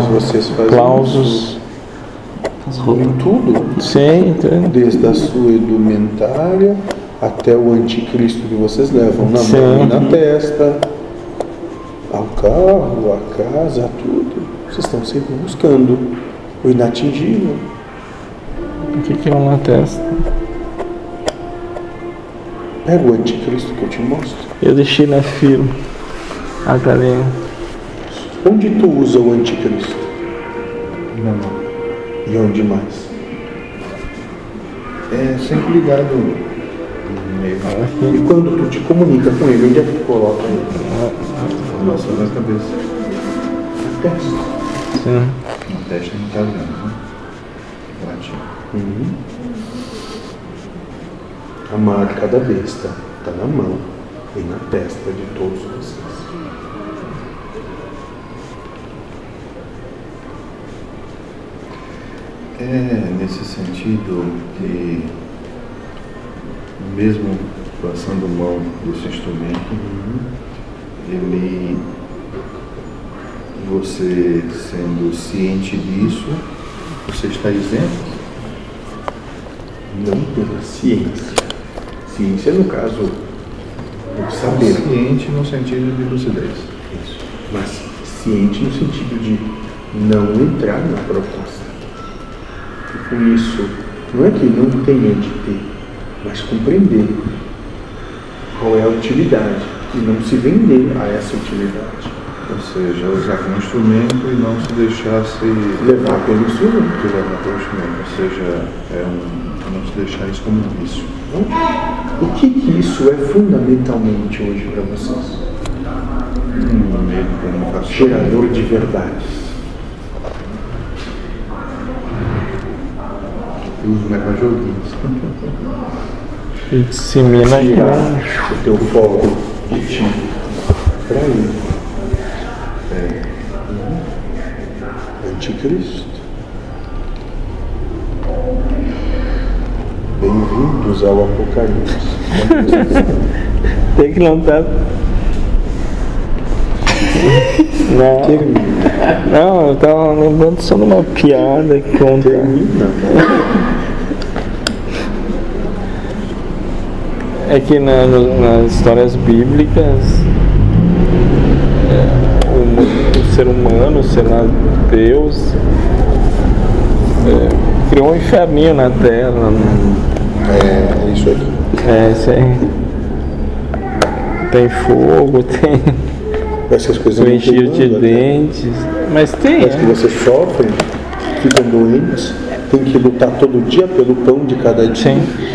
Vocês fazem aplausos. isso em tudo, Sim, entendo. desde a sua indumentária até o anticristo que vocês levam na mão Sim. e na testa, ao carro, à casa, a tudo. Vocês estão sempre buscando o inatingível. O que, que é uma testa? Pega o anticristo que eu te mostro. Eu deixei na firma a galinha. Onde tu usa o anticristo? Não, não. E onde mais? É sempre ligado no meio. Ah, E quando tu te comunica com ele, onde é que tu coloca ele? Ah, Nossa, na cabeça. Na testa. Sim. Na testa não tá olhando, né? Latinho. Uhum. A marca da besta está na mão e na testa de todos vocês. É nesse sentido que, mesmo passando mão desse instrumento, ele, você sendo ciente disso, você está isento? Não pela ciência. Ciência, no caso, o saber. Ciente no sentido de lucidez. Isso. Mas ciente no sentido de não entrar na proposta. E com isso, não é que não tenha de ter, mas compreender qual é a utilidade e não se vender a essa utilidade. Ou seja, usar como instrumento e não se deixar se Levar pelo instrumento. se levar pelo instrumento. Ou seja, é um, não se deixar isso como um vício. O que, que isso é fundamentalmente hoje para vocês? Um meio de comunicação. Gerador de verdades. Eu uso mais para joguinhos. E dissemina aqui. Tirar o teu foco de ti para ele. É. Anticristo. Bem-vindos ao Apocalipse. Tem que levantar. Não, Termina. não, eu tava lembrando só de uma piada que conta. Termina. né? É que na- no- nas histórias bíblicas, é, o, mu- o ser humano, sei lá, Deus, é, criou um inferninho na terra. né? É, é isso aqui. É, isso aí. Tem fogo, tem Essas coisas o não encher de comandam, né? dentes. Mas tem. As que né? vocês sofrem, ficam doentes, tem que lutar todo dia pelo pão de cada dia. Sim.